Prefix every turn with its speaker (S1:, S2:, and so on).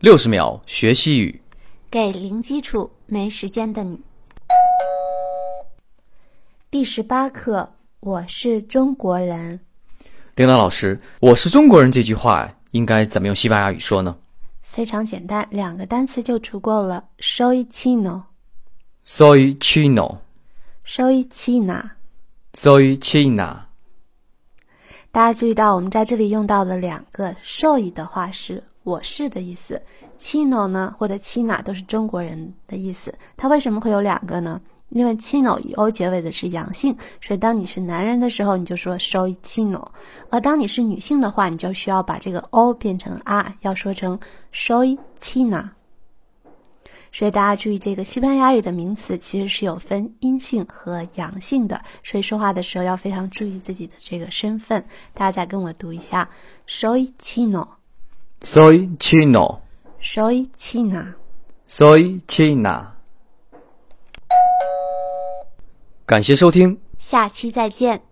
S1: 六十秒学西语。
S2: 给零基础没时间的你。第十八课，我是中国人。
S1: 琳达老师，我是中国人这句话应该怎么用西班牙语说呢
S2: 非常简单，两个单词就足够了。Soy chino，soy
S1: ？Soy chino,
S2: china。
S1: soy china。
S2: 大家注意到，我们在这里用到了两个 “soy” 的话是“我是”的意思，“chino” 呢或者 “china” 都是中国人的意思。它为什么会有两个呢？因为 “chino” 以 “o” 结尾的是阳性，所以当你是男人的时候，你就说 “soy chino”；而当你是女性的话，你就需要把这个 “o” 变成 “r”，要说成 “soy china”。所以大家注意，这个西班牙语的名词其实是有分阴性和阳性的，所以说话的时候要非常注意自己的这个身份。大家再跟我读一下：soy chino，soy
S1: Soy chino,
S2: china。
S1: soy china。感谢收听。
S2: 下期再见。